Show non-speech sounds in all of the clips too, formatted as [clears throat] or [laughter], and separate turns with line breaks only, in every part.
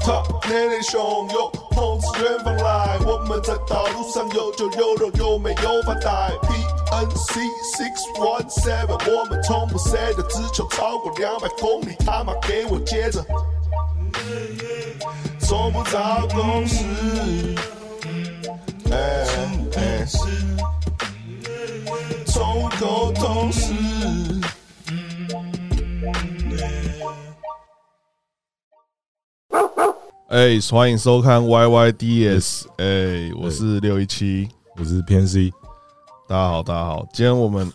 他年龄汹涌，碰瓷远方来。我们在道路上有酒有肉，又没有发呆。PNC six one seven，我们从不 s 的，只求超过两百公里。他妈给我接着，从不找公司。哎哎，从无沟通时。
哎，欢迎收看 YYDS，哎，我是六一七，
我是偏 C，
大家好，大家好，今天我
[laughs]
们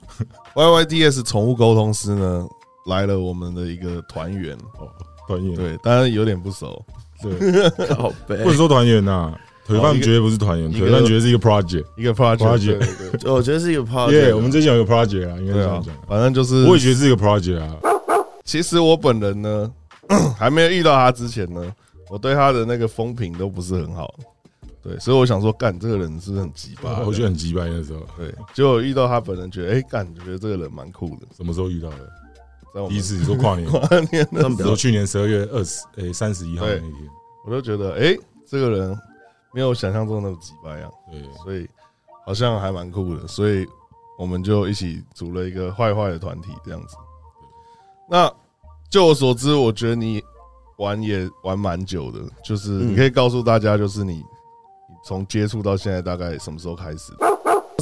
YYDS 宠物沟通师呢来了我们的一个团员，
哦，团员，
对，当然有点不熟，
对，
[laughs]
好背
不能说团员呐，腿
哦
饭
一个
绝对不是团员，
一个
腿饭绝对是一个 project。
一个 project，对
project
对对
我觉得是一个 project，
耶，我们之前有个 project 啊，应该这
对
样
啊
讲。，
反正就是，
我也觉得是一个 project 啊，
其实我本人呢 [clears throat] 还没有遇到他之前呢，我对他的那个风评都不是很好，对，所以我想说，干这个人是不是很鸡巴？
我觉得很鸡掰那时候。
对，结果遇到他本人，觉得哎干，觉得这个人蛮酷的，
什么时候遇到的？
在我们
第一次你说跨年，
跨年的时
算
候
不
说去年十二月二十，诶，三十一号那
对
一天。
我就觉得，哎、这个人没有想象中那么鸡巴样，
对，
所以好像还蛮酷的，所以我们就一起组了一个坏坏的团体这样子。那就我所知，我觉得你玩也玩蛮久的，就是
嗯
你可以告诉大家，就是你你从接触到现在大概什么时候开始的？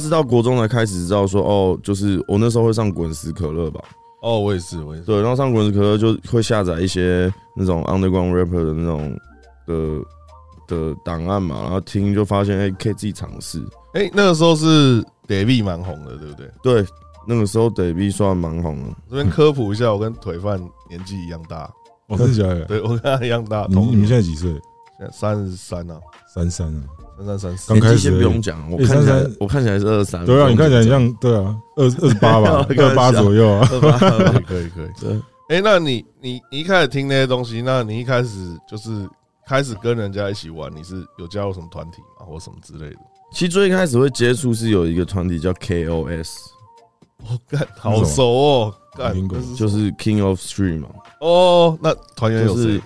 是到国中才开始知道说，哦，就是我那时候会上滚石可乐吧，
哦，我也是，我也是，
对，然后上滚石可乐就会下载一些那种 underground rapper 的那种的的档案嘛，然后听就发现，哎、可以自己尝试。
哎、那个时候是 David 蛮红的，对不对？
对，那个时候 Davey 算蛮红的，
这边科普一下，我跟腿饭年纪一样大，
哦，真的假的？
对我跟他一样大，
你
同
你们
年
现在几岁？
三十三啊，
三三啊，
三三三四
刚。开
年纪
始而
先
已
不用讲，我
哎
看起来
三三
我看起来是二
嗯
三，
对啊，你看起来
这样，
像对啊，
[laughs]
二二十八吧，
开玩笑
二十八左右啊。
二八二
可以
八
可以可以。
对
哎、那你你你一开始听那些东西，那你一开始就是开始跟人家一起玩，你是有加入什么团体吗，或什么之类的？
其实最一开始会接触是有一个团体叫 KOS，
我、干，好熟哦，干
苹果
那是
就是 King of Street 嘛，
哦，那团员有
就是
谁？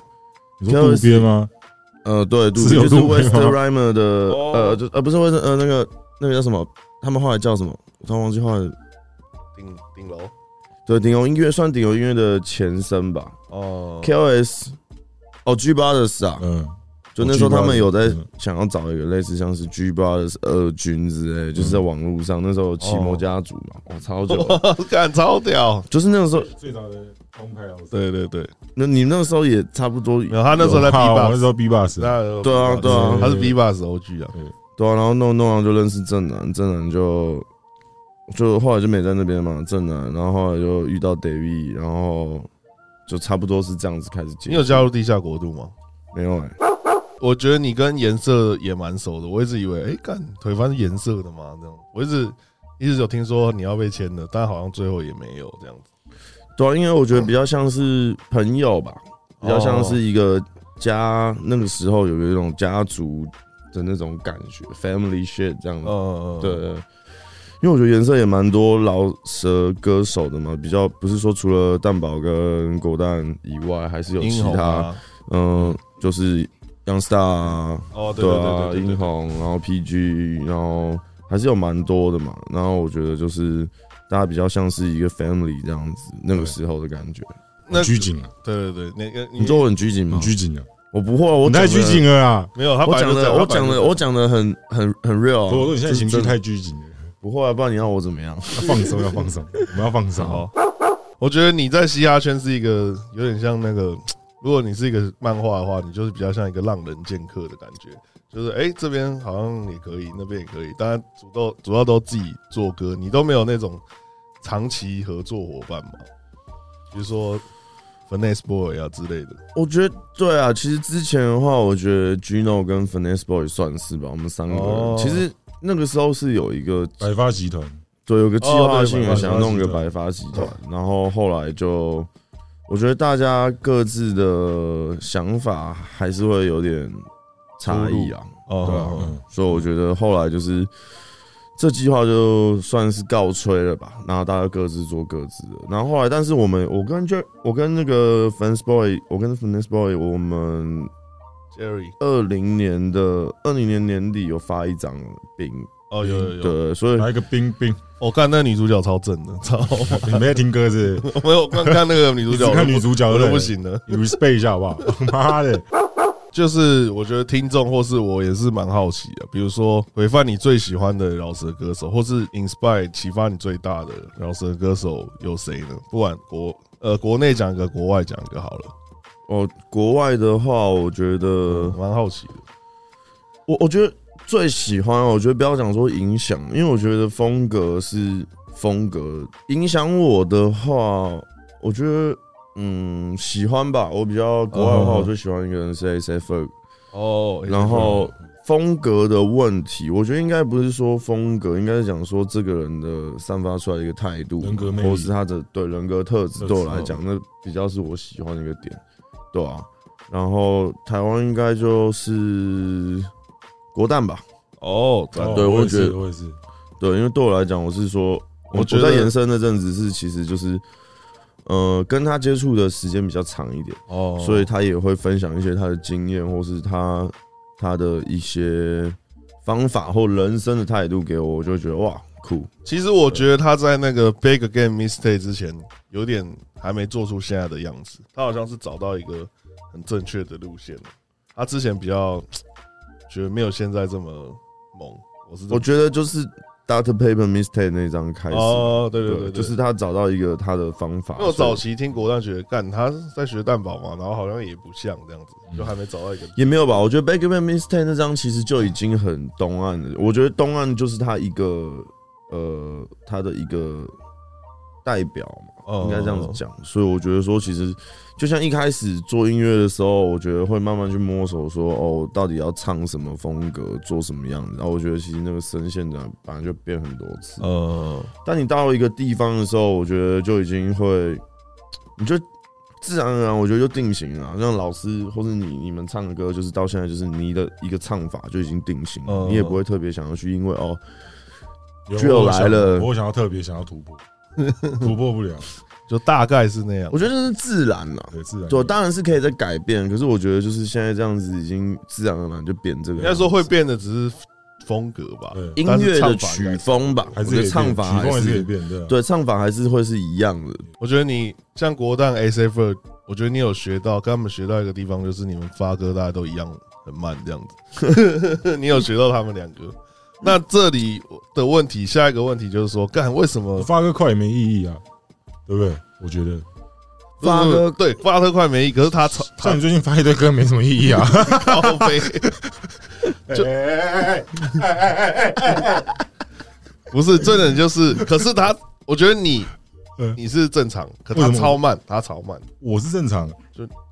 你说渡边吗？
呃，对，杜
是有
就是
杜梅
West
吗
Rhymer 的，
哦
呃，就呃不是 West 呃那个那个叫什么，他们后来叫什么？我突然忘记后来。
顶顶楼
对，顶流音乐算顶流音乐的前身吧
哦，
，KOS，哦 G Brothers 啊，
嗯，
就那时候他们有在
G Brothers，嗯
想要找一个类似像是 G Brothers 二军之类的，就是在网络上那时候有奇摩家族嘛，哦超久了，
干超屌！
就是那个时候，
最早的公开老师。
对对对，
那你那个时候也差不多，
没有他那时候在 B
怕我那时
box，
候 B bus，
对啊对啊
他是 B box OG 啊，
对啊，然后弄弄完就认识正南，正南就就后来就没在那边嘛，正南，然后后来就遇到 David，然后就差不多是这样子开始接触。
你有加入地下国度吗？
没有、欸？
我觉得你跟颜色也蛮熟的，我一直以为，哎、干腿翻是颜色的嘛，这样，我一直一直有听说你要被签的，但好像最后也没有这样子。
对啊，因为我觉得比较像是朋友吧，比较
哦
像是一个家，那个时候有一种家族的那种感觉，family shit 这样子。
呃，
对，对因为我觉得颜色也蛮多老舌歌手的嘛，比较不是说除了蛋堡跟国蛋以外，还是有其
英红
他。
啊，
嗯，就是 Young Star 啊，
哦，对
对
对
啊，
对对
英
对
红，然后 PG，然后还是有蛮多的嘛。然后我觉得就是大家比较像是一个 family 这样子，那个时候的感觉。
那
拘谨啊，
对对对，那个
你说我很拘谨吗
很？拘谨啊，
我不会啊，嗯我
你太
讲
拘
得
谨了啊！
没有，他
我
本来
讲
就这
的，
样
我讲的，
他本来
我
就这样
讲的很很很 real 啊。
我说你现在情绪
就是真的
太拘谨了，
不会啊，不然你要我怎么样？
要放松要放
[laughs]
松，我们要放松。
好。我觉得你在嘻哈圈是一个有点像那个，如果你是一个漫画的话，你就是比较像一个浪人剑客的感觉，就是哎、诶这边好像也可以，那边也可以，当然主都主要都自己做歌，你都没有那种长期合作伙伴嘛，比如说 Finesse Boy 啊之类的。
我觉得对啊，其实之前的话，我觉得 Gino 跟 Finesse Boy 算是吧，我们三个人、
哦
其实那个时候是有一个
百发集团，
对，有个计划性
哦
的
对
想要弄个白发集团，然后后来就，我觉得大家各自的想法还是会有点差异啊，
对啊，
哦，
嗯
所以我觉得后来就是这计划就算是告吹了吧，然后大家各自做各自的，然后后来，但是我们我跟就我跟那个 Fans Boy，我跟 Fans Boy，我们
Jerry，
二零年的二零年年底有发一张冰，
哦有有有，
对，所以
嗯来一个冰
[laughs]
冰，
我看那个女主角超正的，超 [laughs] 好玩
你没在听歌是不是？
没有我光看那个女主
你
角
只
我都不，
看女主角
我
对
都
不
不
对
行了。
你，respect 一下好不
[laughs]
好？妈的，
就是我觉得听众或是我也是蛮好奇的，比如说回放你最喜欢的饶舌歌手，或是 inspire 启发你最大的饶舌歌手有谁呢？不管国呃国内讲一个，国外讲一个好了，
哦，国外的话，我觉得
蛮好奇的。
我我觉得最喜欢哦，我觉得不要讲说影响，因为我觉得风格是风格。影响我的话，我觉得嗯喜欢吧。我比较国外的话，
嗯
我最喜欢一个人是 S F F。
哦
然后风格的问题，我觉得应该不是说风格，应该是讲说这个人的散发出来的一个态度，
人格魅力
或是他的对人格特质，
特质
对我来讲，那比较是我喜欢的一个点，对啊。然后台湾应该就是国蛋吧，
哦，赞
哦
对我
我也
觉得
是，我也是，
对，因为对我来讲，我是说，我
我觉得
在延伸那阵子是其实就是，呃，跟他接触的时间比较长一点。
哦
所以他也会分享一些他的经验，或是他他的一些方法或人生的态度给我，我就会觉得哇酷，
其实我觉得他在那个 Big Again Mistake 之前，有点还没做出现在的样子。他好像是找到一个很正确的路线了。他之前比较觉得没有现在这么猛，我是这么
我觉得就是 Data Paper Mistake 那张开始，
哦，对对对，
就
对
是他找到一个他的方法
因为我，早
所
期听国蛋觉得干他是在学蛋堡嘛，然后好像也不像这样子，
嗯
就还没找到一个
以也没有吧？我觉得 Back Paper Mistake 那张其实就已经很东岸了，我觉得东岸就是他一个呃他的一个代表嘛。应该这
哦
样子。讲。所以我觉得说，其实就像一开始做音乐的时候，我觉得会慢慢去摸索说，哦，到底要唱什么风格，做什么样子。然后我觉得其实那个声线的本来就变很多次，
哦
呃，
但你到一个地方的时候，我觉得就已经会，你就。自然而然，我觉得就定型了。啊像老师或是你你们唱歌，就是到现在就是你的一个唱法就已经定型了，
嗯
你也不会特别想要去，因为哦，
有
就
我想
来了
我想要特别想要突
[laughs]
破，突破不了，
就大概是那样
我。觉得这是自然啊啦。
对，自然
对，当然是可以再改变，可是我觉得就是现在这样子已经自然而然就变这个
应
样
该
子。
说会变的只是风格吧。
对，
音乐的曲风吧，
还
我
是
觉
可以
得
变
唱法
曲风
还
还是可以
是
变，对啊，
对唱法还是会是一样的。
我觉得你像国蛋 S F，我觉得你有学到，跟他们学到一个地方，就是你们发歌大家都一样很慢这样子。 [laughs] 你有学到他们两个。那这里的问题，下一个问题就是说，干为什么
发歌快也没意义啊，对不对？我觉得，
发歌
呃对发特快没意义，可是他超他
像你最近发一堆歌没什么意
[laughs]
义啊，
超
[laughs]
飞，就不是真的就是，可是他，我觉得你
嗯
你是正常，可
为
他
什么
超慢，他超慢，
我是正常，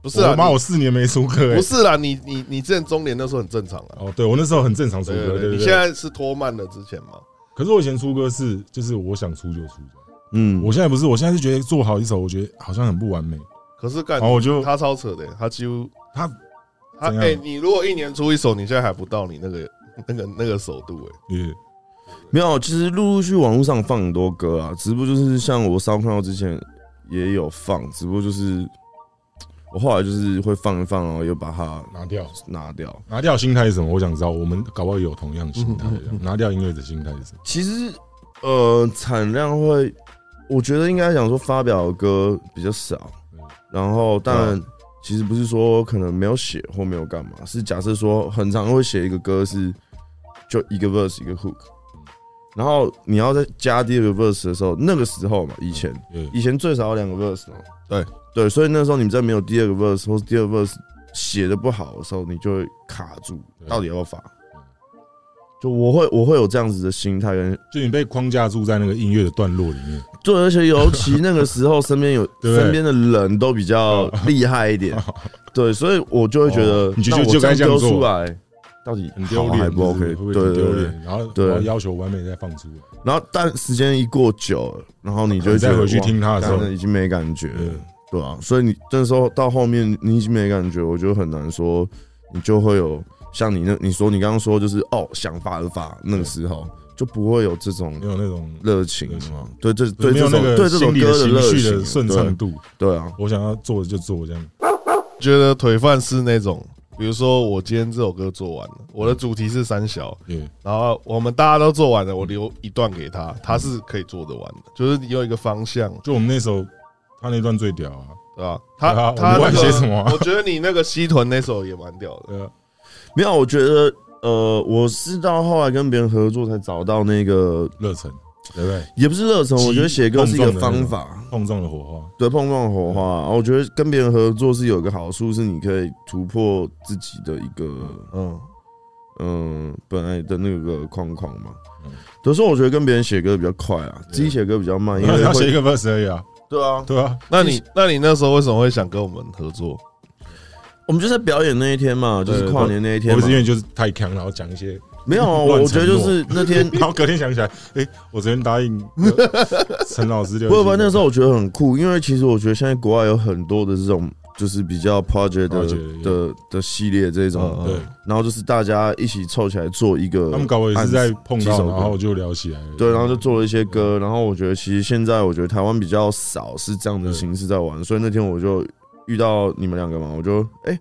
不是
我
啊，
妈
你
我四年没出歌，欸
不是啦，你你你之前中年那时候很正常啊，
哦，对我那时候很正常出
对
歌，
对
对
对，
对
你
对
现。在是拖慢了之前嘛，
可是我以前出歌是，就是我想出就出这样。
嗯，
我现在不是，我现在是觉得做好一首，我觉得好像很不完美，
可是干
然后我就
他超扯的，他几乎
哦他
他
怎样
哎，你如果一年出一首，你现在还不到你那个 [laughs] 那个那个首度哎，
也
没有，其实陆陆续网络上放很多歌啊，只不过就是像我上朋友之前也有放，只不过就是我后来就是会放一放，然后又把它
拿掉。
拿掉。
拿掉心态是什么？我想知道，我们搞不好也有同样心
嗯
态这样。拿掉音乐的心态是什么？
其实，呃，产量会，我觉得应该讲说发表的歌比较少
嗯，
然后当然，其实不是说可能没有写或没有干嘛，是假设说很常会写一个歌是就一个 verse 一个 hook，然后你要再加第二个 verse 的时候，那个时候嘛，以前
对
以前最少有两个 verse 嘛，
对
对，所以那时候你在没有第二个 verse 或是第二个 verse 写的不好的时候，你就会卡住，
对
到底要不要发
嗯？
就我会我会有这样子的心态跟
就你被框架住在那个音乐的段落里面，
对，而且尤其那个时候，身边有
[laughs] 对
身边的人都比较厉害
[laughs]
一点，对，所以我就会觉得
哦，你就
那我
就该这样
丢
做
出来，到底
很丢
好还
脸，
不
就是
OK？
会不会
对
很
对
丢
对。
脸？然后
对
我要要求完美再放出来，
然后，但时间一过久了，然后你就会觉
再
得
回去听他
哇
的时候
干，了已经没感觉了
对，
对啊，所以你那时候到后面，你已经没感觉，我就很难说，你就会有像你那你说你刚刚说就是哦想发而发，那个时候就不会有这种
没有那种
热情
热情
嘛，对这对
没
这
有
种
那个
对这种
心理的
歌
情
热
绪
情啊
的顺
对
畅度。
对啊，
我想要做的就做这样，
觉得腿饭是那种比如说我今天这首歌做完了，我的主题是三小，
嗯，
然后我们大家都做完了，我留一段给他，他是可以做得完的，就是你有一个方向，
就我们那首他那段最屌啊，
对吧？
对
他
啊
他那
我们不管
个
写什么啊
我觉得你那个西屯那首也蛮屌的，
对啊，
没有，我觉得呃，我是到后来跟别人合作才找到那个，
热忱，对不对？
也不是热忱，
激
我觉得写歌是一个
碰撞的那
方
种
法，
碰撞的火花，
对碰撞火
嗯
花。我觉得跟别人合作是有一个好处，是你可以突破自己的一个
嗯，
嗯本来的那个框框嘛
嗯。
有时候我觉得跟别人写歌比较快啊，自己写歌比
[laughs]
较慢，因
因为
为 [laughs]
要写一
会
个 verse 而已啊，
对啊，
对啊，
那你那你那时候为什么会想跟我们合作？
我们就在表演那一天嘛，就是跨年那一天
我
嘛
不是。因为就是太强，然后讲一些，
没有啊，
乱
我觉得就
承诺
是
[laughs]
那天
然后隔天想起来，哎，我昨天答应呃陈老师六
不
十
是
几，
不是，那时候我觉得很酷，因为其实我觉得现在国外有很多的这种就是比较 project 的
Project，
的的系列这
嗯
种，
对，
然后就是大家一起凑起来做一个，
他们搞我也是在碰
几
到，
首歌
然后就聊起来了，
对，然后就做了一些歌，然后我觉得其实现在我觉得台湾比较少是这样的形式在玩，所以那天我就遇到你们两个嘛，我就哎、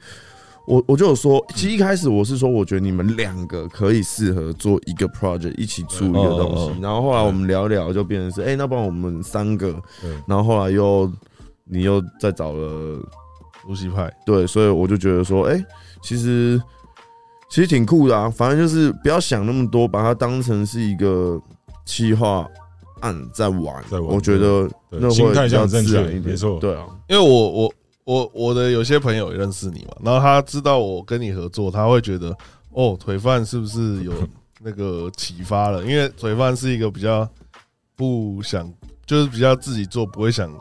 我我就有说，其实一开始我是说，我觉得你们两个可以适合做一个 project，一起出一个东
嗯嗯
西，然后后来我们聊一聊就变成是，哎、那不然我们三个，
对，
然后后来又你又再找了，
无锡派，
对，所以我就觉得说，哎、其实其实挺酷的啊，反正就是不要想那么多，把它当成是一个企划案在玩，
在玩
我觉得
对
那会
心态
比
这
较
样正
自然一
确，
点，
没错，
对啊，
因为我我我我的有些朋友也认识你嘛，然后他知道我跟你合作，他会觉得哦，腿饭是不是有那个启发了？因为腿饭是一个比较不想，就是比较自己做，不会想，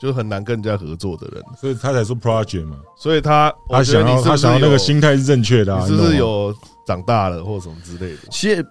就是很难跟人家合作的人，
所以他才说 project 嘛，
所以他
他
我觉得
想
你
要
是不
他
是
想要那
有
个心态是正确的啊，
你是不是
你懂吗？
有长大了或什么之类的？
其实也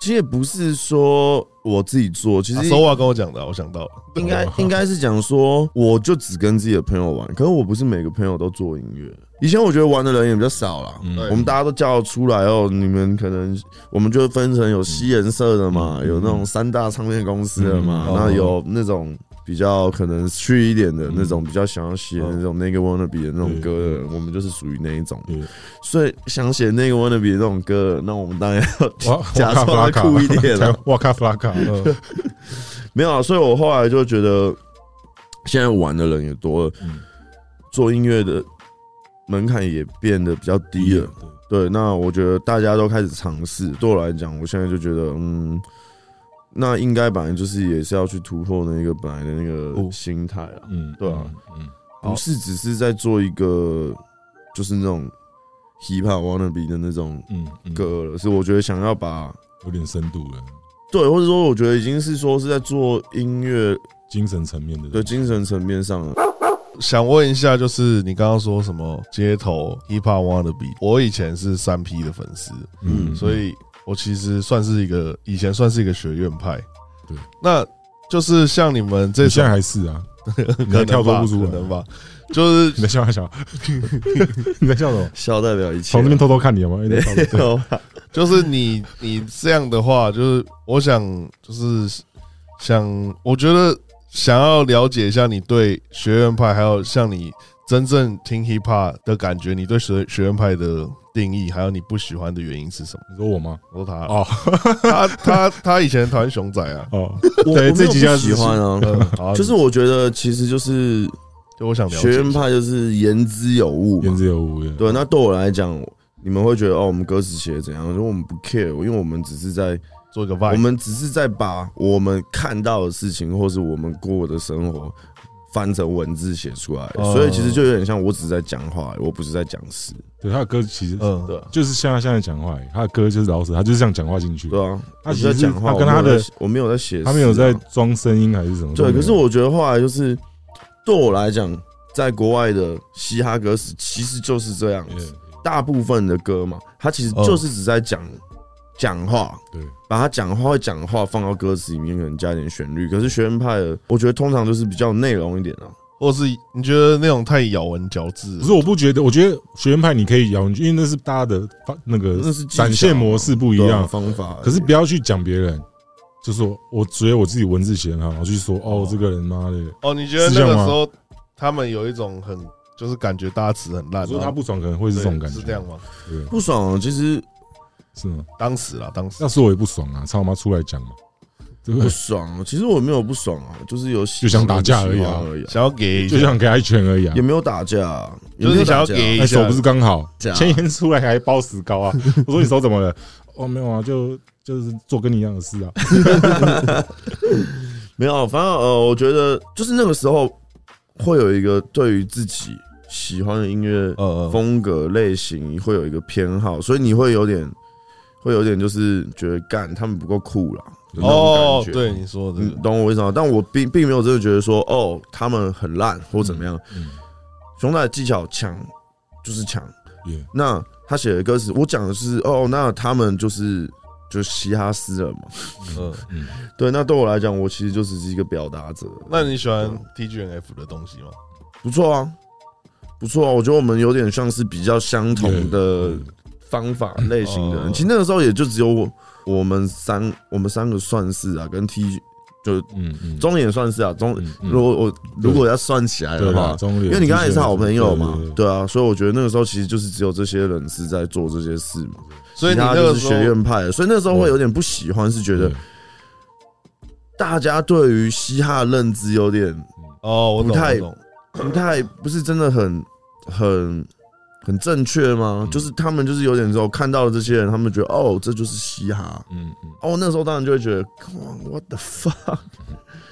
其实也不是说我自己做，其
啊
实
手话跟我讲的啊，我想到了，
应该
哦
应该是讲说，我就只跟自己的朋友玩，可是我不是每个朋友都做音乐。以前我觉得玩的人也比较少啦，
嗯
我们大家都叫出来哦，你们可能我们就分成有西人社的嘛，
嗯
有那种三大唱片公司的嘛，
嗯
那有那种比较可能虚一点的、
嗯
那种，比较想要写那种那个 wanna be 的那种歌的人，我们就是属于那一种
嗯。
所以想写那个 wanna be 那种歌，那我们当然要
哇哇
假
卡
装
弗拉
要
卡
酷一
[laughs]
点了。
哇卡弗拉卡，嗯
[laughs] 没有、啊，所以我后来就觉得，现在玩的人也多了，
嗯
做音乐的门槛也变得比较低了。
对
对，那我觉得大家都开始尝试。对我来讲，我现在就觉得，嗯，那应该本来就是也是要去突破那个本来的那个
哦
心态啊，
嗯，
对啊
嗯，
好
不是只是在做一个就是那种 hip hop wanna be 的那种
嗯嗯嗯，
歌了，是我觉得想要把
有点深度了，
对，或者说我觉得已经是说是在做音乐
精神层面的
的精神层面上了。
想问一下，就是你刚刚说什么街头 hip hop wannabe？我以前是三 P 的粉丝，
嗯
所以我其实算是一个以前算是一个学院派。
对，
那就是像你们这
你
种
现在还是
[laughs]
啊，
可
你还
能
跳脱
吧，
不出
可
来，
能吧，就是
你在笑啥？
[laughs]
你在笑什么？
笑代表一切啊。
从 [laughs] 这边偷偷看你有没哎有？一直笑
没有啊，
就是你你这样的话，就是我想就是想，我觉得想要了解一下你对学院派，还有像你真正听 hip hop 的感觉，你对学学院派的定义，还有你不喜欢的原因是什么？
你说我吗？
我说他，
哦
[laughs] 他他他以前讨厌熊仔啊，
哦，
我
对
我
这
没有
几
不
家
喜欢啊。
嗯，好啊
就是我觉得其实就是
就我想了解
学院派就是言之有物
言
嘛。
之有物，
对，那对我来讲，你们会觉得哦，我们歌词写的怎样？因为我们不 care，因为我们只是在
做一个
我
vibe，
们只是在把我们看到的事情，或是我们过的生活。翻成文字写出来，
哦
所以其实就有点像我只是在讲话，我不是在讲诗。
对他的歌其实
嗯，
对啊，
就是像他现在讲话，他的歌就是老死，他就是这样讲话进去，
对啊，
他
我
其
只是
实
在讲话，
他跟他的
我没有在写诗
他
啊，
没有在嗯装声音还是什么？
对，可是我觉得后来就是对我来讲，在国外的嘻哈歌词其实就是这样子，大部分的歌嘛，它其实就是只在讲讲话，
哦对，
把它讲话会讲话放到歌词里面，可能加一点旋律。可是学院派的，我觉得通常就是比较有内容一点啊。
或是你觉得那种太咬文嚼字
可，是我不觉得，我觉得学院派你可以摇，因为那是大家的发那个
那是技巧
呃展现模式不一
对啊
样，
方法而已，
可是不要去讲别人，就说我只有我自己文字写得很好，然后去说哦，这个人妈的，
哦，你觉得
是
那
这样
个
吗
时候他们有一种很就是感觉大家词很
啊
烂。
我说他
然后
不爽，可能会是这种
对
感觉，
是这样吗？
对，
不爽，啊其实
是吗？
当时啦，当时
那时候我也不爽啊，操他妈出来讲嘛，对不
不
对？
爽，啊其实我没有不爽啊，就是有喜
嗯就想打架而已啊
喜欢而已啊
想要给一下，
[laughs] 就想给他一拳而已啊
也。没有打架，啊也
就
没
是你
啊有
想
打
要
架
给
那
一
手
下，
不是刚好，
假
前一天出来还包石
[laughs]
膏啊！我说你手怎么了？哦，没有啊，就就是做跟你一样的事
[laughs]
啊。
没有，反正呃，我觉得就是那个时候会有一个对于自己喜欢的音乐
呃，呃
风格类型会有一个偏好，所以你会有点会有点就是觉得干他们不够酷啦。就那种
哦
感，觉嗯
对你说的
你，懂我意思吗？但我并并没有真的觉得说哦他们很烂或怎么样，
嗯，
熊仔的技巧强就是强。
也
那他写的歌词，我讲的是哦，那他们就是就是嘻哈诗人嘛。
嗯，
嗯，
对，那对我来讲，我其实就只是一个表达者。
那你喜欢 T G N F 的东西吗？
不错啊，不错啊，我觉得我们有点像是比较相同的方法类型的
哦
人。其实那个时候也就只有我我们三我们三个算是啊，跟 T 就
嗯嗯，
中也算是啊，中
嗯嗯
如果我如果要算起来
对
的
吧？
话。
中立，
因为你刚才也是好朋友嘛
对，对对
对啊，所以我觉得那个时候其实就是只有这些人是在做这些事嘛，
所以
其
你那
他就
个
是
时
学
候，
院派的，所以那时候会有点不喜欢，是觉得
对
大家对于嘻哈的认知有点
哦，我懂，
不太
我懂， [laughs]
不太不是真的很很很正确吗？
嗯
就是他们就是有点之后看到了这些人，他们觉得哦，这就是嘻哈。
嗯嗯，
哦，那时候当然就会觉得，Come on，what the fuck，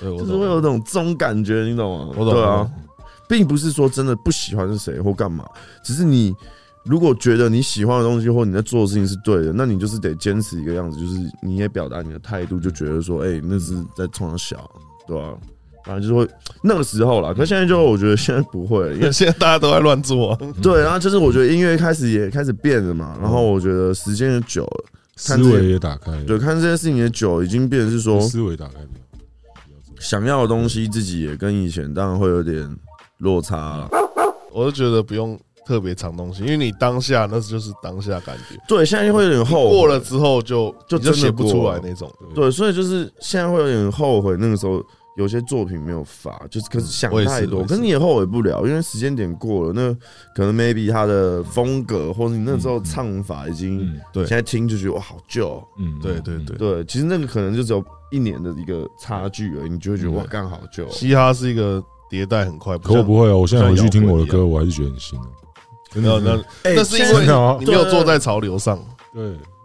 对我
就是会有
懂，
种这种感觉，你懂吗？
我懂
对
我
啊
懂，
并不是说真的不喜欢是谁或干嘛，只是你如果觉得你喜欢的东西或你在做的事情是对的，那你就是得坚持一个样子，就是你也表达你的态度，就觉得说，哎、那是在冲小，对吧、啊？反正就会那个时候啦，可现在就我觉得现在不会了，因为
[laughs] 因为现在大家都在乱做，
对，然后就是我觉得音乐开始也开始变了嘛，然后我觉得时间也久了，
思维也打开了，哦
对，看这件事情也久，已经变成是说
思维打开了。
想要的东西自己也跟以前当然会有点落差啊了。
嗯我就觉得不用特别藏东西，因为你当下那就是当下感觉，
对，现在会有点后悔
过了，之后就
就
你就
真的
写不出
过
来
了
那种。
对，所以就是现在会有点后悔，那个时候有些作品没有发，就是可是想
我也是
太
我
多，
也是
可是你也后悔不了，因为时间点过了，那可能 maybe 他的风格或者你那时候
嗯嗯
唱法已经，
嗯
对
现在听就觉得哇好旧哦、
嗯，
对对对，
对，其实那个可能就只有一年的一个差距而已，你就会觉得
嗯
哇，干好旧哦。
嘻哈是一个迭代很快，
可我不会哦，我现在回去听我的
像摇
歌，我还是觉得很新哦。真
没有
的
那
是，
哎
那是因
现
为
在
真的哦
你没有坐在潮流上，
对，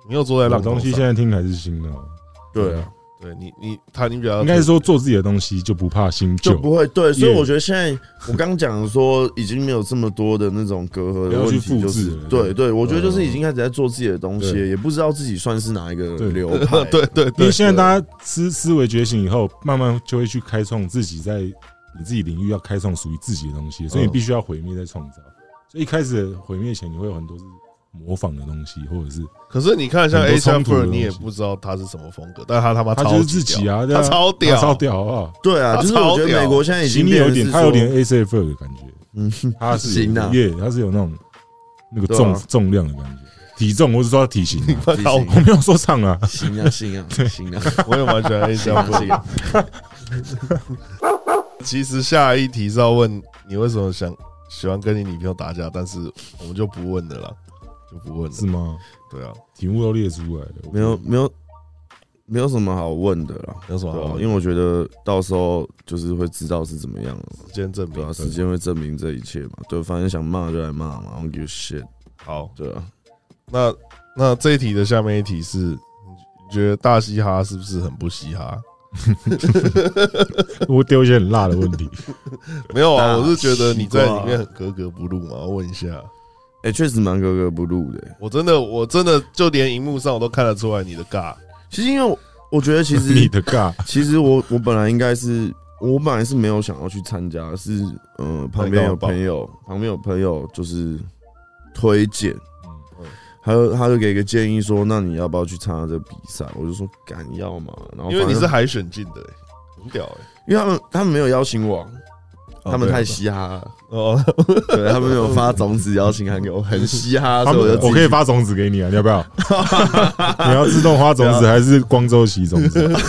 你又坐在
老
浪头
东西现
上。
在听还是新的哦。
对啊，
对你，你他你比较
应该是说做自己的东西就不怕新旧
就，不会对，所以
Yeah
我觉得现在我刚讲说已经没有这么多的那种隔阂
不 [laughs]
的
要去
问题，
复
就
制
是
了
对对，我觉得就是已
嗯
经开始在做自己的东西了，
对
也不知道自己算是哪一
[laughs]
个
对
流派
[laughs] 。对对
因
对
为，现在大家思思维觉醒以后，慢慢就会去开创自己在你自己领域要开创属于自己的东西，所以你
嗯
必须要毁灭再创造。所以一开始毁灭前，你会有很多是模仿的东西，或者是
可是你看像
很
A
多
c h a
冲
p
突
e
的
r 你也
东西
不知道他是什么风格，但他他妈
他
超
就是
级
自己
屌，
啊，对
他
啊
超屌，
他超屌啊！[laughs]
对啊，
他
就是我觉
超屌
得美国现在已
行
经
李
变
有
成
点，
是
他有点
说
A C F 的感觉，
嗯，
[laughs] 他是有
行啊
耶，他是有那种那个
对啊
重重量的感觉，体重或者说他体型啊，
他超，
[laughs] 我没有说唱啊，
行啊行啊行啊，
我也蛮喜欢 A c
行
h a
啊
p e r
[laughs] 行啊，
其实下一题是要问你为什么想喜欢跟你女朋友打架，但是我们就不问了啦，就不问了
是。吗？
对啊，
题目都列出来了，
没有没有没有什么好问的啦。
没有什么
对
好
啊
问，的
因为我觉得到时候就是会知道是怎么样了。
时间证
对
明
啊，。时间会证明这一切嘛。对，反正想骂就来骂嘛，I don't give a shit。
好，
对啊，
那那这一题的下面一题是，你觉得大嘻哈是不是很不嘻哈？
我丢一些很辣的问题，
没有啊，
大
我是觉得你在
西瓜
里面很格格不入嘛。我问一下，
哎、确实蛮格格不入的、欸
我真的我真的就连荧幕上我都看得出来你的尬。
其实因为我我觉得，其
[laughs] 你
实
的尬，
其实我我本来应该是，我本来是没有想要去参加，是呃旁边有朋友，旁边有朋友就是推荐，
嗯
他就他就给一个建议说，那你要不要去参加这个比赛？我就说敢要嘛，然后
因为你
哦反
是
正
海选进的、欸，很屌哎、
因为他们他们没有邀请我啊。
哦
他们
对
太嘻哈了，
哦，
对他们没有发种子邀请函给我，很嘻哈，
他
所以我
们
就
我
自己
可以发种子给你啊，你要
[laughs]
不要？你要自动花种子还是光周期种子？
啊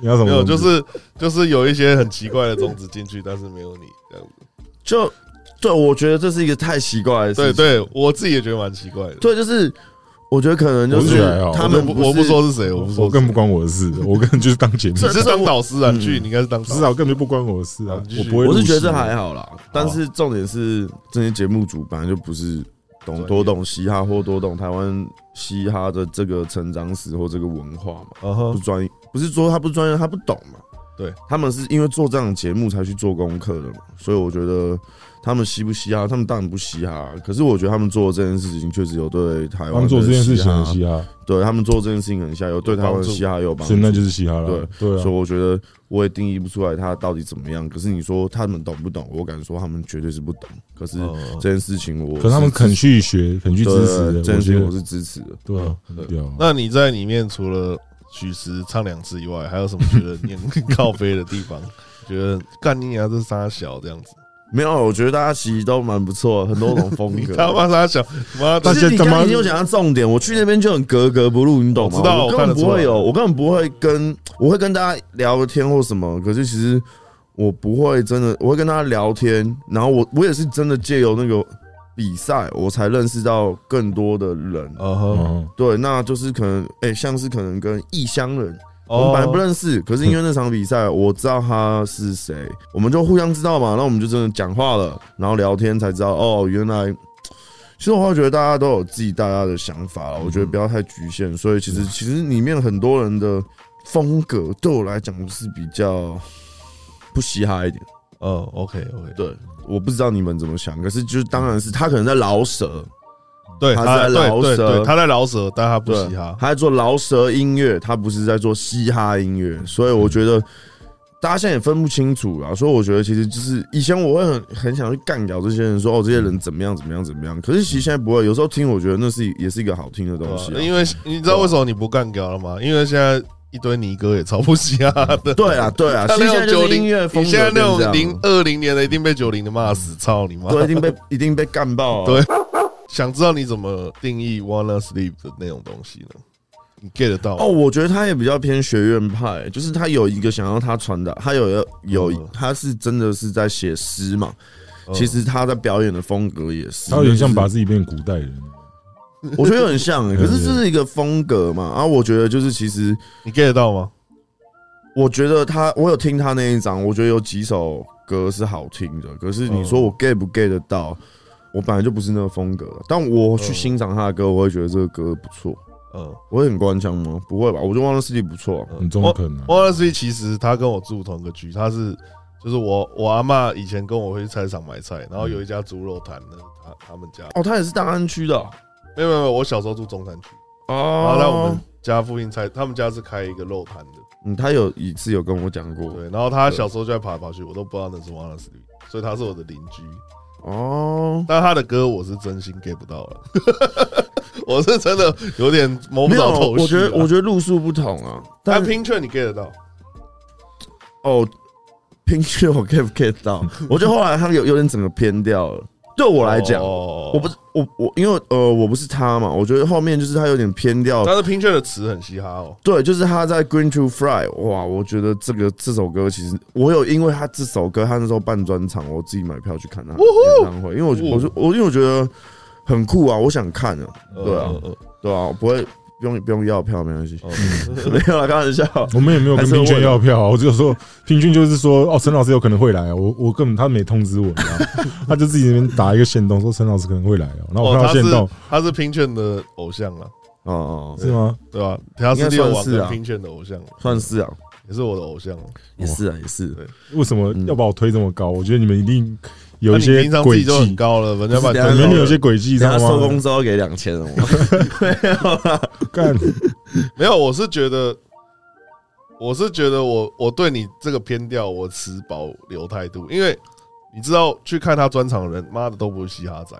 你要什么种
没
子？
有，就是就是有一些很奇怪的种子进去，但是没有你这样子。
就对，我觉得这是一个太奇怪的事
对
情。
对，我自己也觉得蛮奇怪的。
对，就是我觉得可能就
我
是
觉得还好
他
我
们
不我不
是
说是谁，我不说
我
是谁，
更不关我的
[laughs]
事，我根本就是当节目，
你是当导师啊，
嗯
剧你应该是当
至
导师
少根本就不关我的事啊
好你继，续
我不会。
我是觉得这还，好啦，但是重点是这些节目组本来就不是懂
专业
多懂嘻哈或多懂台湾嘻哈的这个成长史或这个文化嘛，
嗯
不
哦
哼，
专业，不是说他不专业，他不懂嘛。
对，
他们是因为做这样的节目才去做功课的嘛，所以我觉得他们嘻不嘻哈，他们当然不嘻哈，啊可是我觉得他们做的这件事情确实有对
他
台湾
们
的
做这件事情啊很
嘻哈，
嘻哈，
对他们做这件事情很像，有对台湾的嘻哈有帮助
所以，那就是嘻哈了。对啊，
所以我觉得我也定义不出来他到底怎么样。可是你说他们懂不懂？我敢说他们绝对是不懂。可是
哦
嗯
这件事情我，
可是他们肯去学，肯去
去
支持的，我
这件事
觉
情我
得
是支持的。
对啊，很
对
屌啊。
那你在里面除了许石唱两次以外，还有什么觉得念 [laughs] 靠背的地方？ [laughs] 觉得干你啊，这是傻小这样子，
没有，啊我觉得大家其实都蛮不错，很多种风
你
[laughs]
格。
他妈傻小，妈的
但
其实你
大家他
刚
妈
刚已经有讲到重点，我去那边就很格格不入，你懂吗？
我知道
我根
我看得
本
出来
不会有，我根本不会跟，我会跟大家聊个天或什么，可是其实我不会真的，我会跟大家聊天，然后我我也是真的借由那个比赛，我才认识到更多的人。
嗯哼，
嗯，
对，那就是可能，哎、像是可能跟异乡人，
哦
我们本来不认识，可是因为那场比赛，我知道他是谁，我们就互相知道嘛，那我们就真的讲话了，然后聊天才知道，哦，原来。其实我会觉得大家都有自己大家的想法了，我觉得不要太局限。所以其实其实里面很多人的风格对我来讲是比较不嘻哈一点。
嗯，OK OK，
对，我不知道你们怎么想，可是就是当然是他可能在饶舌，
对，
他
他
在
对
饶
对
舌
对，他在饶舌，但他不
对
嘻哈，
他在做饶舌音乐，他不是在做嘻哈音乐，所以
嗯
我觉得大家现在也分不清楚了。所以我觉得其实就是以前我会很很想去干掉这些人说哦这些
嗯
人怎么样怎么样怎么样，可是其实现在不会。有时候听我觉得那是也是一个好听的
对
东
吧
西啊、
因为你知道为什么你不干掉了吗？因为现在一堆尼哥也超不嘻 [laughs] 哈的，
对啊，对啊，
他
其
那
实
种
现在就是
90
音乐风
你
格
现在那
变这
种
样
零二零年的一定被九零的骂死，操你妈！
对，一定被一定被干爆、啊。
对想知道你怎么定义 wanna sleep 的那种东西呢？你 get 得到吗
哦，我觉得他也比较偏学院派，就是他有一个想要他传达，他有要有
嗯
他是真的是在写诗嘛。
嗯
其实他在表演的风格也是，
他有点像
就是
把自己变古代人，啊
[laughs] 我觉得很像、欸，
嗯
可是这是一个风格嘛。啊，我觉得就是其实，
你 get 得到吗？
我觉得他，我有听他那一张，我觉得有几首歌是好听的。可是
嗯
你说我 get 不 get 得到？我本来就不是那个风格，但我去欣赏他的歌，我会觉得这个歌不错。
嗯
我会很官腔吗？不会吧，我就忘了自己不错、
嗯
很中
我
肯啊。
，wanna
哦
sleep 其实他跟我住同一个区，他是就是我我阿嬷以前跟我会去菜市场买菜，然后有一家猪肉摊呢，他他们家
哦，他也是大安区的哦
没有没有没有，我小时候住中山区，然后在我们
哦。
家附近菜，他们家是开一个肉摊的。
嗯，他有一次有跟我讲过
对，然后他小时候就在爬来爬去，我都不知道那是 Wanna Sleep，所以他是我的邻居。
哦，
但他的歌我是真心 get 不到了， [laughs] 我是真的有点摸不
没有，
着头绪啊。
我觉得我觉得路数不同啊，
但
但
拼券你 get 得到，
哦，拼缺我 get 不 get 到？我觉得后来他有有点整个偏掉了。对我来讲，
我
我不是我我因为呃我不是他嘛，我觉得后面就是他有点偏掉。
但是拼券的词很嘻哈哦。
对，就是他在《Green to Fly》哇，我觉得这个这首歌其实我有因为他这首歌，他那时候办专场，我自己买票去看他演唱会，因为我觉我就我因为我觉得很酷啊，我想看啊，对啊嗯
呃，呃
对啊，我不会不用不用要票没
[laughs]
关系，
呃
没有啦，开玩笑。
我们也没有跟
还是
平
会
均
问
要票啊，我只有说平均就是说，哦，陈老师有可能会来啊，我我根本他没通知我，你
[laughs]
知道吗他就自己那边打一个线动说陈老师可能会来哦，然后
哦，
我看
他
到线动
是他是拼券的偶像了，
哦哦，
是吗？
对吧？他是
应该
六
算
王
是
跟
啊
拼券的偶像了，
算是啊，
也是我的偶像了。
也是啊，也是。
为什么
嗯
要把我推这么高？我觉得你们一定有
那
一
你
些
平常自
轨
己就很
迹，
高了，人家把你
不是
你
等下
们有一些轨迹，知
等下
道
收工
吗？
之后给两千哦。
干，
没有，我是觉得，我是觉得我我对你这个偏调，我持保留态度，因为你知道去看他专场的人，妈的都不是嘻哈仔，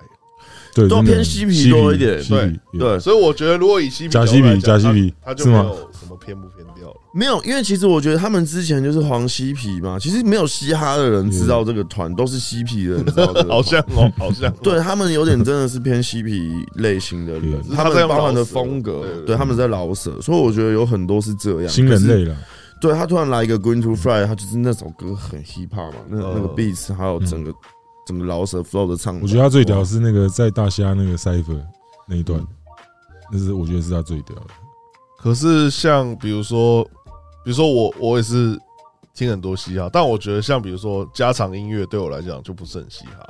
对，
都
真的
偏嬉皮多一点
嬉皮嬉皮
对，啊
所以我觉得如果以嬉皮
假
角度
嬉皮
来讲
假嬉皮
他他就是没
吗
有什么偏不偏调了。
没有，因为其实我觉得他们之前就是黄嬉皮嘛，其实没有嘻哈的人知道这个团，都是嬉皮的人知道这个团
[laughs]
好像哦，好像哦
对他们有点真的是偏嬉皮类型的人，
嗯
他
他在
们
用
包含
饶
的
舌
风
对
格
对，对
对他们在饶舌，所以我觉得有很多是这样。
新人
可是
类了，
对他突然来一个 Green to Fly，他就是那首歌很 hip hop 嘛，那
嗯
那个 beats 还有整个整个饶舌 flow 的唱法。
我觉得他最屌是那个在大虾那个 cipher 那一
嗯
段，那是我觉得是他最屌的。
可是像比如说，比如说我我也是听很多嘻哈，但我觉得像比如说家常音乐对我来讲就不是很嘻哈。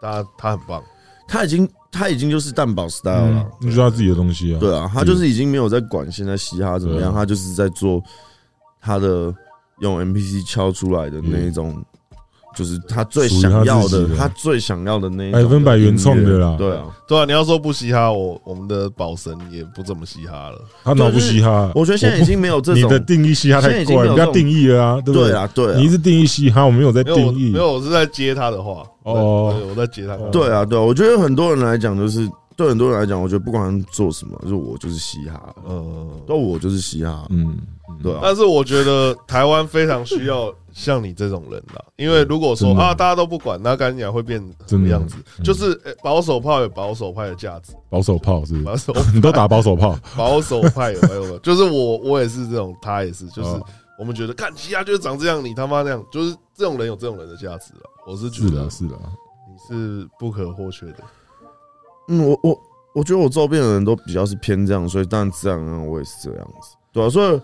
他他很棒，
他已经他已经就是蛋堡 style 了
嗯，，那就是他自己的东西啊。
对啊，他就是已经没有在管现在嘻哈怎么
对
样，
啊
他就是在做他的用 MPC 敲出来的那一种，就是他最想要
嗯属于他自
的
己，的
他最想要的那一种
百分百原创的啦
音乐对啊，
对啊，你要说不嘻哈，我我们的宝神也不怎么嘻哈了。
他脑不嘻哈，
啊我觉得现在已经没有这
你的
种，
定义嘻哈太
现在已经
怪，
没
你
有
不要定义了啊，对不
对
对？
啊，对
你一
啊，
直定义嘻哈，我没有在
[laughs] 没有我
定义
没。有，我是在接他的话。
哦
哦，对我在接他的话。
对啊，对啊，我觉得很多人来讲，就是对很多人来讲，我觉得不管做什么，就是我就是嘻哈，
嗯，
那我就是嘻哈，
哦嗯，
对啊，
但是我觉得台湾非常需要像你这种人啦，因为如果说
真的
啊大家都不管，那干啊讲会变什
真
么
的
样子？
嗯
就是呃保守派有保守派的价值， [laughs]
保守炮是不
[laughs]
是？
保守
你都打保守炮，
保守派有没有？ [laughs] 就是我我也是这种，他也是，就是
哦
我们觉得干其他就是长这样，你他妈那样，就是这种人有这种人的价值啊。我是觉
是
得
的，是的，
你是不可或缺的。
嗯，我我我觉得我周边的人都比较是偏这样，所以但自然而然我也是这样子，对啊，所以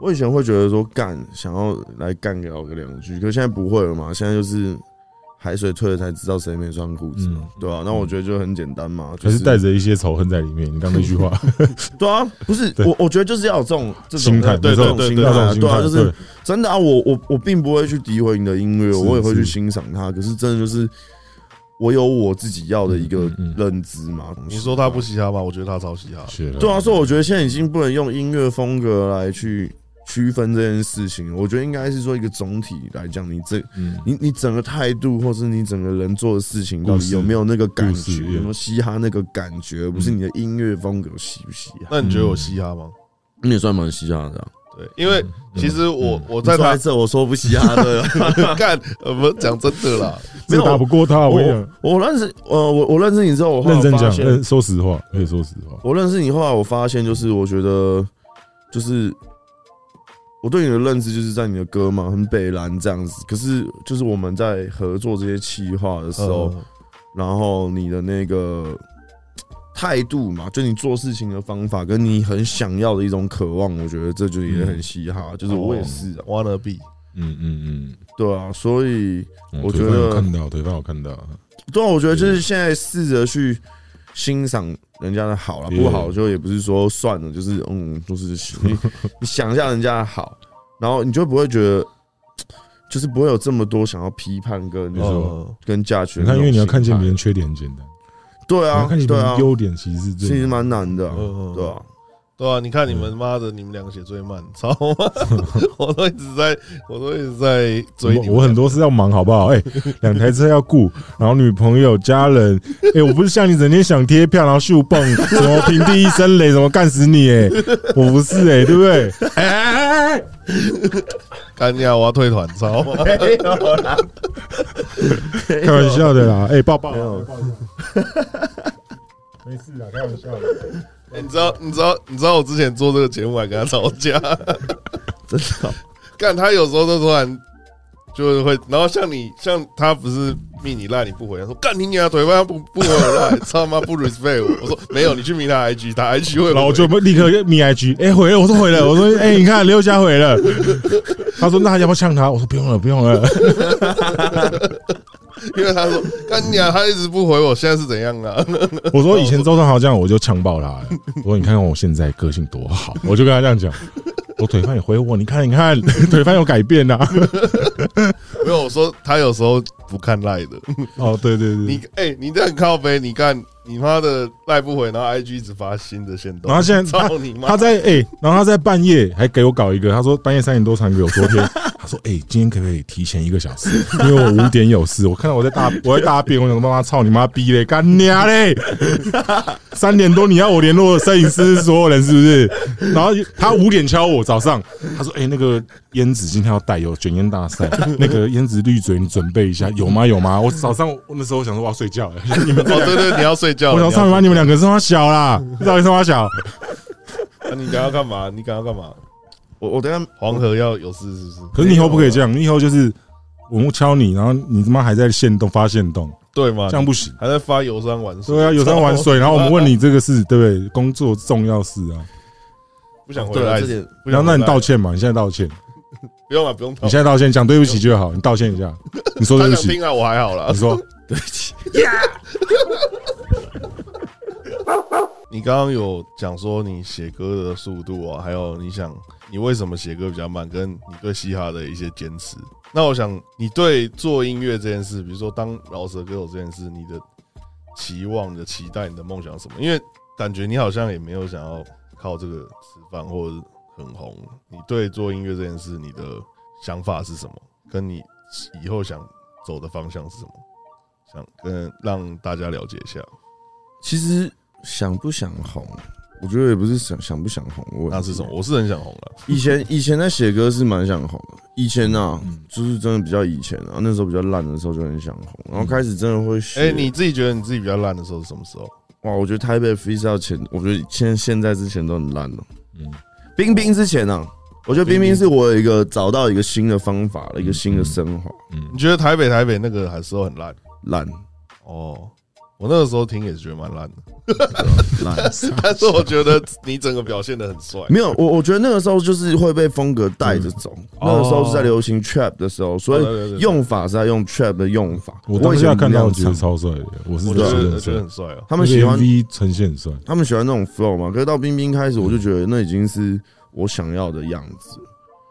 我以前会觉得说干想要来干聊个两句，可现在不会了嘛，现在就是海水退了才知道谁没穿裤子嘛，
嗯
对啊，那我觉得就很简单嘛，就
还是带着一些仇恨在里面。你刚刚那句话，
对啊，不是
对
我我觉得就是要有这种 [laughs] 这种
心态
对
对
这种
对
心
对
态
那
啊，
种
对啊，
心态，
就是
对，
真的啊，我我我并不会去诋毁你的音乐，
是
我也会
是
去欣赏它。可是真的就是，我有我自己要的一个
嗯嗯嗯
认知嘛。
你说他不嘻哈吗？我觉得他超嘻哈。
是的
对啊，所以我觉得现在已经不能用音乐风格来去区分这件事情。我觉得应该是说一个总体来讲，你这
嗯
你你整个态度，或是你整个人做的事情，到
故
底
事
有没有那个感
故事
觉，有没有嘻哈那个感觉，而不是
嗯
你的音乐风格嘻不嘻哈？
那你觉得我嘻哈吗？
你也算蛮嘻哈的啊。
对，因为其实我
嗯
我在他
这我说不嘻哈
[laughs]
的，
[laughs] 干，呃，不是讲真的啦，
真的打不过他，我跟你讲，
我认识呃，我我认识你之后，我后来
认真
发
讲，
现
认说实话，可以说实话，
我认识你后来，我发现就是我觉得就是我对你的认知就是在你的歌嘛，很北蓝这样子。可是就是我们在合作这些企划的时候，
嗯
然后你的那个态度嘛，就你做事情的方法，跟你很想要的一种渴望，我觉得这就也很嘻哈。就是我也是啊，
wanna be，
嗯嗯
对啊，所以
嗯，
我觉得
腿饭有看到，腿饭我看到，
对啊，我觉得
嗯
就是现在试着去欣赏人家的好了，
嗯
不好就也不是说算了，就是嗯，就是
[laughs]
你你想一下人家的好，然后你就不会觉得，就是不会有这么多想要批判跟
没错
嗯
跟价值。
哦你看，因为你要看见别人，缺点很简单，
对
你
啊
要看，见别
对啊
人，优点其实是
其
最
实蛮难的啊，
哦
嗯
[laughs]
对啊，
对啊，你看你们妈的，你们两个写最慢，
嗯
操妈！
[laughs]
我都一直在，我都一直在追你们
我我很多事要忙，好不好？哎、两台车要顾，然后女朋友、家人，哎、我不是像你整天想贴票，然后秀蹦，什么平地一声雷，什么干死你、哎，我不是、哎，对不对？哎哎哎
干呀，我要退团，操妈！
哎，开玩笑的啦，哎、抱抱
没有，
没事啦，开玩笑的。
你知道，你知道，你知道我之前做这个节目还跟他吵架，
[laughs] 真的啊。
干他有时候都突然就是会，然后像你，像他不是密你赖你不回，他说干你娘腿翻不不回我赖， [laughs] 操妈不 respect 我，我说没有，你去密他 IG，他 IG 会回，
然后我就立刻咪 IG，哎、回了，我说回了，我说哎、你看刘家回了， [laughs] 他说那还要不要呛他？我说不用了，不用了，
因为他说干你娘，他一直不回我，现在是怎样啊？ [laughs]
我说以前周汤豪这样，我就呛爆他了。我说你看看我现在个性多好，我就跟他这样讲。我腿饭也回我，你看你看， [laughs] 腿饭有改变啊呐、
没有，我说他有时候不看赖的。 [laughs]
哦，对对对
你，哎、你这很靠背，你看你妈的赖不回，然后 IG 一直发新的线动，
然后现在他
操你妈！
他在哎、然后他在半夜还给我搞一个，他说半夜三点多传给我。昨天他说哎、今天可不可以提前一个小时？因为我五点有事。我看到我在大我在大便，我想妈妈操你妈逼嘞，干娘嘞！三点多你要我联络摄影师所有人是不是？然后他五点敲我早上，他说哎、那个胭脂今天要带有卷烟大赛，那个胭脂绿嘴你准备一下，有吗有吗？我早上我那时候我想说我要睡
[laughs]
觉了，你们
哦，对对，你要睡觉，
我想上
你
班，你们两个是妈小啦，到底是妈小？
要，啊你等下干嘛？你等下干嘛？
我我等一下
黄河要有事是不是？
可是你以后不可以这样，你以后就是文物敲你，然后你他妈还在现动发现动，
啊对嘛？
这样不行。
还在发游山玩水，
对啊，有山玩水，然后我们问你这个是对不对？工作重要事啊，
不想回
对啊，
来
这，点
不
然
想
后那你
回来
道歉嘛？你现在道歉，
不用了，不用道
你现在道歉，讲对不起就好，你道歉一下，你说
他
对不
想
起，
听啊，我还好啦
你。说
对不起，
你刚刚有讲说你写歌的速度啊，还有你想你为什么写歌比较慢，跟你对嘻哈的一些坚持。那我想你对做音乐这件事，比如说当饶舌歌手这件事，你的期望、你的期待、你的梦想是什么？因为感觉你好像也没有想要靠这个吃饭或者很红。你对做音乐这件事，你的想法是什么？跟你以后想走的方向是什么？想跟让大家了解一下。
其实想不想红，我觉得也不是想想不想红的问题，
那是什么？我是很想红了。
以
[laughs]
前以前在写歌是蛮想红的，以前啊
嗯，
就是真的比较以前啊，那时候比较烂的时候就很想红，
嗯
然后开始真的会写。
哎、你自己觉得你自己比较烂的时候是什么时候？
哇，我觉得台北 freestyle 前，我觉得现现在之前都很烂了。
嗯
冰冰之前啊，我觉得冰冰是我有一个找到一个新的方法了，一个新的升华，
嗯
你，觉得台北台北那个还时候很烂
烂
哦？我那个时候听也是觉得蛮烂的，
烂。
但是我觉得你整个表现的很帅。
没有，我我觉得那个时候就是会被风格带着走，
哦
那个时候是在流行 trap 的时候，所以
以
用法是在用 trap 的用法。
我
以
当
前
下看到
没有
我觉得
唱
超帅的，我是
我
觉
觉
得
得
很
我觉
帅
得，很帅哦。
他们喜欢
V 呈现很帅，
他们喜欢那种 flow 嘛，可是到冰冰开始，我就觉得那已经是我想要的样子。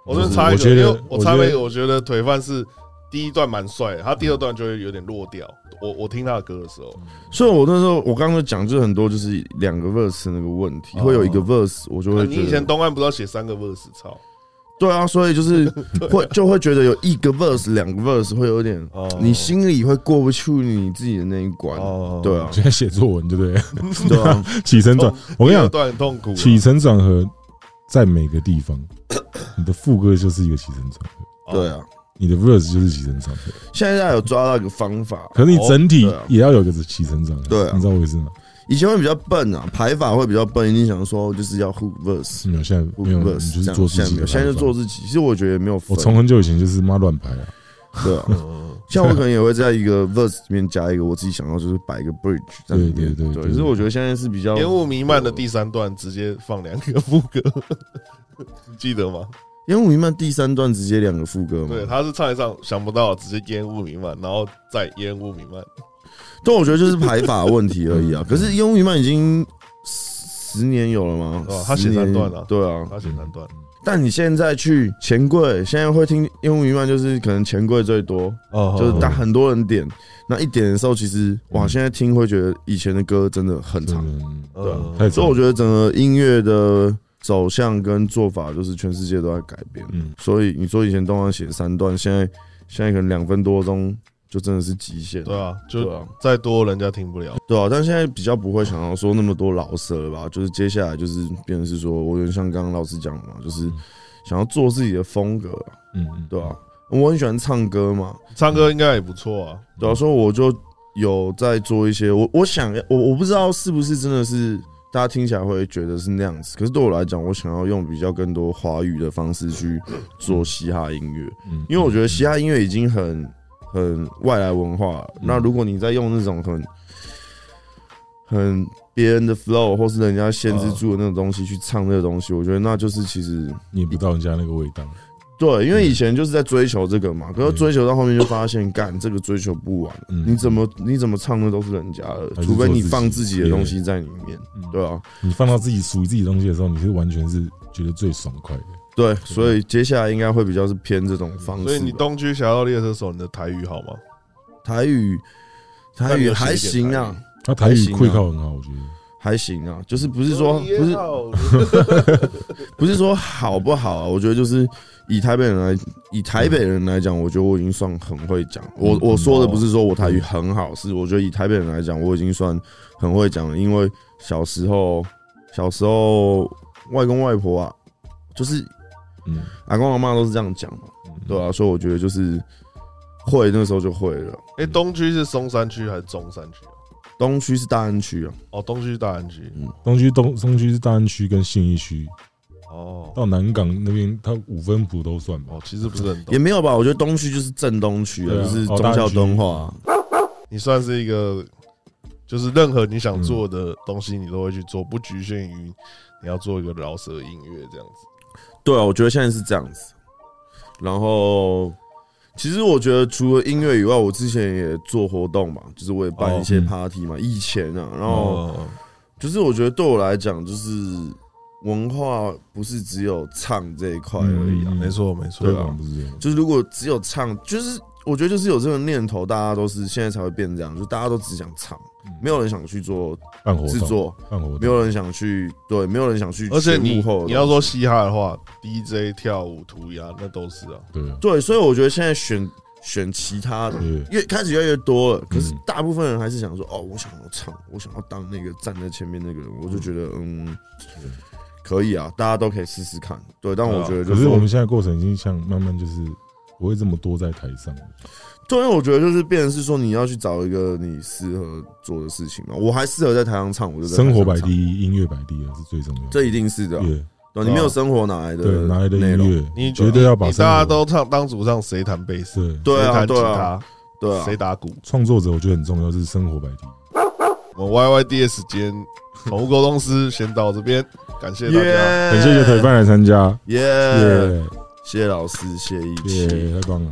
我这边插一个，
我觉
因
得
为我插了
我觉得
一个，我觉得腿饭是第一段蛮帅的，他第二段就会有点落掉。我我听他的歌的时候，
所以，我那时候我刚刚就讲，就是很多就是两个 verse 那个问题，
哦
会有一个 verse，我就会
你
觉
以前
得
东岸不是要写三个 verse 操？
对啊，所以就是
[laughs]
会就会觉得有一个 verse、两个 verse 会有点，
哦
你心里会过不去你自己的那一关。
哦
对啊
现，在写作文对不对？ [laughs]
对啊，
起承转，我
第
跟你
二
讲，
段很痛苦啊。
起承转合在每个地方，你的副歌就是一个起承转合，
哦
对啊。
你的 verse 就是起承转合，
现在有抓到一个方法，
可是你整体
哦对啊
也要有个起承转合，
对啊
你知道我意思吗？
以前会比较笨啊，排法会比较笨，一定想说就是要 hook verse。
没有，现在
hook
没有，你就
verse 这
是
样，
做
现
自
在
己
没有，
的。
现在就做，自己。其实我觉得也没有分，
我
啊
从很久以前就是妈乱排啊，[laughs]
对啊，
嗯
像我可能也会在一个 verse 里面加一个我自己想要，就是摆一个 bridge 在里面。
对对对对
可是我觉得现在是比较
烟雾弥漫的第三段直接放两个副歌， [laughs] 你记得吗？
烟雾弥漫第三段直接两个副歌嘛。
对，他是唱一唱想不到，直接烟雾弥漫，然后再烟雾弥漫。
但我觉得就是排法问题而
[laughs] 嗯
已啊。可是烟雾弥漫已经十十年有了吗
哦？他写三段啊
十年对啊。
他写三段
但你现在去钱柜，现在会听烟雾弥漫，就是可能钱柜最多，
哦
就是大很多人点。那一点的时候，其实哇，
嗯
现在听会觉得以前的歌真的很
真
长
的。嗯
对啊
太
所以我觉得整个音乐的走向跟做法，就是全世界都在改变。
嗯，
所以你说以前东方写三段，现在现在可能两分多钟就真的是极限。
对啊，
对
就
啊，
再多人家听不了。
对啊，但现在比较不会想要说那么多老舍了吧？就是接下来就是变成是说，我有点像刚刚老师讲的嘛，就是想要做自己的风格啊，
嗯嗯，
对啊，我很喜欢唱歌嘛，
唱歌应该也不错啊，
对啊，所以我就有在做一些我我想要我我不知道是不是真的是大家听起来会觉得是那样子，可是对我来讲，我想要用比较更多华语的方式去做嘻哈音乐，
嗯，
因为我觉得嘻哈音乐已经很很外来文化了。
嗯
那如果你再用那种很很别人的 flow 或是人家限制住的那种东西去唱那个东西，我觉得那就是其实
你也不到人家那个味道，
对，因为以前就是在追求这个嘛，可是追求到后面就发现，干这个追求不完，
嗯
你怎么你怎么唱的都是人家的，
还是
除非
做自己
你放自己的东西在里面，
嗯
对啊，
你放到自己属于自己的东西的时候，你是完全是觉得最爽快的。
对，所以接下来应该会比较是偏这种方式吧。
所以你东区侠盗猎车手，你的台语好吗？
台语，台
那你
语
有学一
还
点
行啊
台语，
他台语
行啊
会靠很好，我觉得。
还行啊，就是不是说不
啊 [laughs]
是
是
不是说好不好啊？我觉得就是以台北人来，以台北人来讲，我觉得我已经算很会讲。我
嗯
我说的不是说我台语
嗯
很好，是我觉得以台北人来讲，我已经算很会讲了。因为小时候，小时候外公外婆啊，就是
嗯，
阿公阿妈都是这样讲嘛，
嗯
对啊，所以我觉得就是会那时候就会了。
哎，东区是松山区还是中山区啊？
东区是大安区啊，
哦，东区是大安区
嗯，
东区东东区是大安区跟信义区
哦
到南港那边，它五分埔都算吧。
哦，其实不是很懂
也，没有吧？我觉得东区就是正东区啊，
对啊
就是忠孝敦化。啊
你算是一个，就是任何你想
嗯
做的东西，你都会去做，不局限于你要做一个饶舌音乐这样子。
对啊，我觉得现在是这样子。然后，其实我觉得除了音乐以外，我之前也做活动嘛，就是我也办一些
哦嗯哦
party 嘛，以前啊，然后
哦
就是我觉得对我来讲，就是文化不是只有唱这一块而已啊。
没错没错
推，
啊
广不是这样。
就是如果只有唱，就是我觉得就是有这个念头，大家都是现在才会变这样，就大家都只想唱，没有人想去做
嗯办活
制
动，
作，
办活动，
没有人想去对，没有人想去
而且
学
你
幕后的
你要
东
说嘻哈的话，DJ 跳舞、涂鸦那都是啊。
对
西对，所以我觉得现在选选其他的。
对，
越开始越来越多了，可是
嗯
大部分人还是想说，哦，我想要唱，我想要当那个站在前面那个人，我就觉得，嗯，可以啊，大家都可以试试看，对。但我觉得就
可是
说
我们现在过程已经像慢慢就是不会这么多在台上了。
对，因为我觉得就是变成是说你要去找一个你适合做的事情嘛。我还适合在台上唱，我就在台
生
上
活摆
唱
第，一，音乐摆第二是最重要的。
这一定是的啊。
对
对，你没有生活哪来的
对，拿来的
内
音
容？
乐，
你
绝对要把
你
生
大
活
家都唱当主唱，谁弹贝斯？
对
对
谁
啊，
弹吉
对啊，
他？
对啊
谁。打鼓？
创作者，我觉得很重要是生活摆第一。
我们 YYDS 间宠物沟通师先到这边，感谢大家。
很
哎
谢谢腿，饭来参加，
耶！
耶
谢谢老师，谢一
耶
哎
期。，
太棒了。